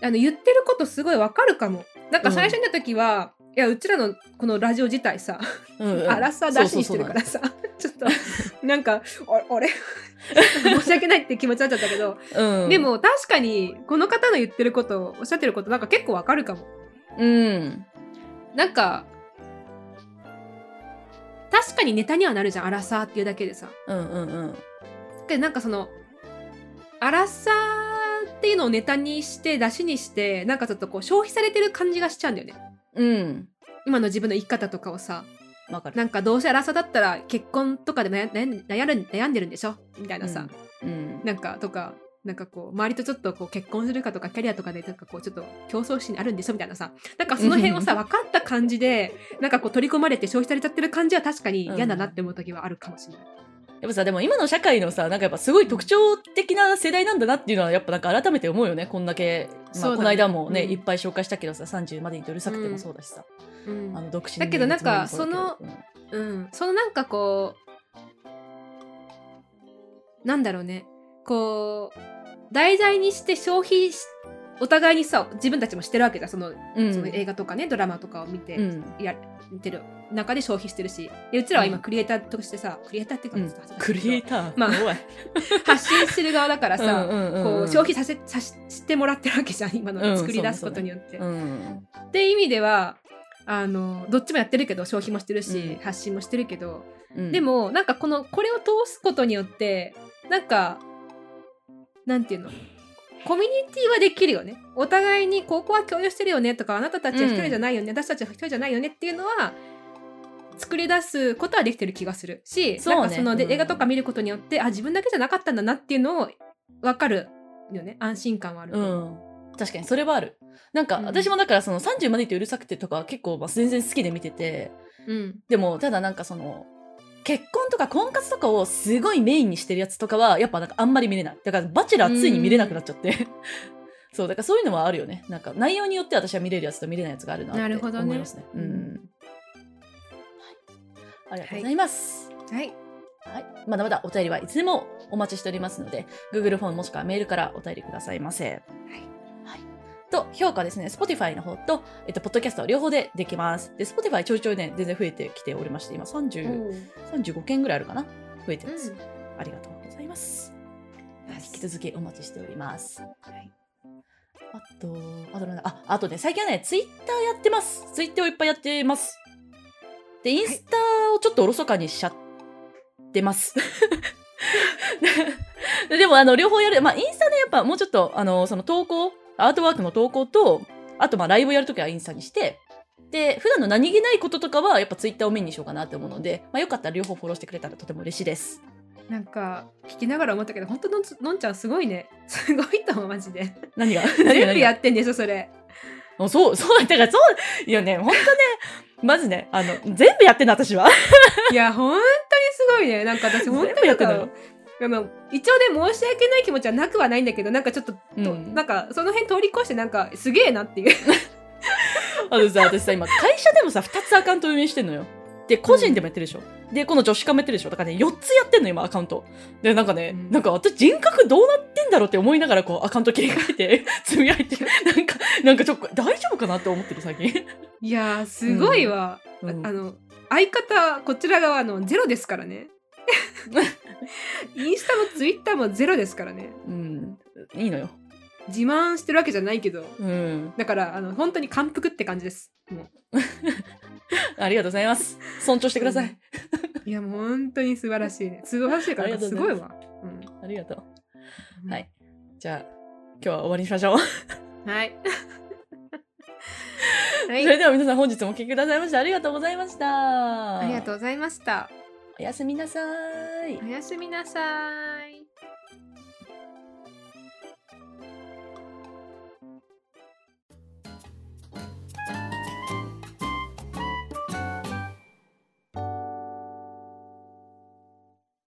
S2: あの、言ってることすごいわかるかも。なんか最初に見た時は、いや、うちらのこのラジオ自体さ、
S1: うんうん
S2: あらさ出しにしてるからさ、 [LAUGHS] ちょっと、なんか、おあれ申し訳ないって気持ちになっちゃったけど、
S1: うん、
S2: で、も確かに、この方の言ってること、おっしゃってること、なんか結構わかるかも。
S1: うん、
S2: なんか、確かにネタにはなるじゃん、アラサーっていうだけでさ。
S1: うんうんうん
S2: で、なんかその、アラサーっていうのをネタにして、出しにして、なんかちょっとこう、消費されてる感じがしちゃうんだよね。
S1: うん
S2: 今の自分の生き方とかをさ、
S1: わかる
S2: なんかどうせアラサーだったら結婚とかで悩悩悩る悩んでるんでしょみたいなさ、
S1: うん
S2: なんかとか、なんかこう、周りとちょっとこう結婚するかとか、キャリアとかで、なんかこう、ちょっと競争心あるんでしょみたいなさ、なんかその辺をさ、分かった感じで、なんかこう取り込まれて消費されちゃってる感じは確かに嫌だなって思う時はあるかもしれない。
S1: やっぱさでも今の社会のさなんかやっぱすごい特徴的な世代なんだなっていうのはやっぱなんか改めて思うよねこんだけ、まあ
S2: そうだね
S1: この間もね、
S2: うん
S1: いっぱい紹介したけどさ30までに努力さくてもそうだしさ、
S2: うん
S1: あの独身
S2: だけどなんか
S1: のつまりもうだけど
S2: うん、そのなんかこうなんだろうねこう題材にして消費しお互いにさ自分たちもしてるわけじゃんその,、
S1: うん
S2: その映画とかねドラマとかを見て、
S1: うん
S2: やってる中で消費してるしでうちらは今
S1: うん
S2: クリエイターとしてさ、クリエイターっていうか、
S1: うんクリエイター
S2: まあ
S1: 怖い
S2: 発信してる側だからさ、
S1: うんうん
S2: こう消費させさししてもらってるわけじゃん今
S1: う
S2: の
S1: ん
S2: 作り出す
S1: そう
S2: こ
S1: ね
S2: とによって。
S1: うん
S2: って意味ではあのどっちもやってるけど消費もしてるし、
S1: うん
S2: 発信もしてるけど
S1: うん
S2: でもなんかこのこれを通すことによってなんかなんていうのコミュニティはできるよねお互いにここは共有してるよねとかあなたたちは一人じゃないよね、私たちは一人じゃないよねっていうのは作り出すことはできてる気がするし
S1: そうね
S2: なんかそので、
S1: うん
S2: 映画とか見ることによってあ自分だけじゃなかったんだなっていうのを分かるよね安心感はある、
S1: うん確かにそれはあるなんか、
S2: うん
S1: 私もだからその30までってうるさくてとか結構まあ全然好きで見てて
S2: うん
S1: でもただなんかその結婚とか婚活とかをすごいメインにしてるやつとかはやっぱなんかあんまり見れないだからバチェラーついに見れなくなっちゃって [LAUGHS] そうだからそういうのはあるよねなんか内容によって私は見れるやつと見れないやつがあるなって
S2: なるほどね
S1: 思いますねうん、はい、ありがとうございます、
S2: はい
S1: はい、まだまだお便りはいつでもお待ちしておりますので Google フォームもしくはメールからお便りくださいませ。はいと評価ですね、Spotify の方と、えっと、ポッドキャスト両方でできます。で、Spotify ちょいちょいね、全然増えてきておりまして、今30、35件ぐらいあるかな増えてます、ありがとうございます。引き続きお待ちしております。
S2: い
S1: あと、あとなんだ、あ、あとね、最近はね、ツイッターやってます。ツイッターをいっぱいやってます。で、インスタをちょっとおろそかにしちゃってます。 [LAUGHS] ででも、あの、両方やる。まあ、インスタね、やっぱもうちょっと、あの、その投稿、アートワークの投稿と、あと、まあ、ライブやるときはインスタにして、で、普段の何気ないこととかは、やっぱツイッターをメインにしようかなって思うので、まあ、よかったら両方フォローしてくれたらとても嬉しいです。
S2: なんか聞きながら思ったけど本当のんつのんちゃんすごいねすごいと思うマジで
S1: 何が何が
S2: 全
S1: 何が
S2: 部やってんでしょそれ
S1: あそう、 [LAUGHS] そう、だからそう、いやね、ほんとね、まずね、あの、全部やってんの、私は。
S2: いや本当にすごいねなんか私本当にな
S1: 全
S2: んか
S1: 部やっ
S2: でも一応ね申し訳ない気持ちはなくはないんだけどなんかちょっと、と
S1: うん
S2: なんかその辺通り越してなんかすげえなっていう [LAUGHS]
S1: あのさ、私さ、今、会社でもさ、2つアカウント運営してんのよ。で、個人でもやってるでしょ。で、この女子化もやってるでしょ。だからね、4つやってんの、今、アカウント。で、なんかね、
S2: うん
S1: なんか私、人格どうなってんだろうって思いながら、こう、アカウント切り替えて、 [LAUGHS] つぶやいて、なんか、なんかちょっと、大丈夫かなって思ってる、最近。
S2: いやーすごいわ、
S1: うん
S2: ああの相方こちら側のゼロですから
S1: [LAUGHS]
S2: ねインスタもツイッターもゼロですからね
S1: うん、いいのよ。
S2: 自慢してるわけじゃないけど
S1: うん。
S2: だからあの本当に感服って感じですもう
S1: ありがとうございます。尊重してください。
S2: いやもう本当に素晴らしいね。素晴らしいか
S1: あり
S2: ら
S1: がとう
S2: す
S1: ござ
S2: ごい
S1: い
S2: わ。
S1: ありがとう。
S2: うん
S1: はい。じゃあ、今日は終わりにしましょう。
S2: はい。は
S1: それ
S2: い。
S1: では皆さん本日もお聞きくださいましてありがとうございました。
S2: ありがと
S1: う。
S2: うございました。
S1: おやすみなさーい
S2: お。やすみなさーい。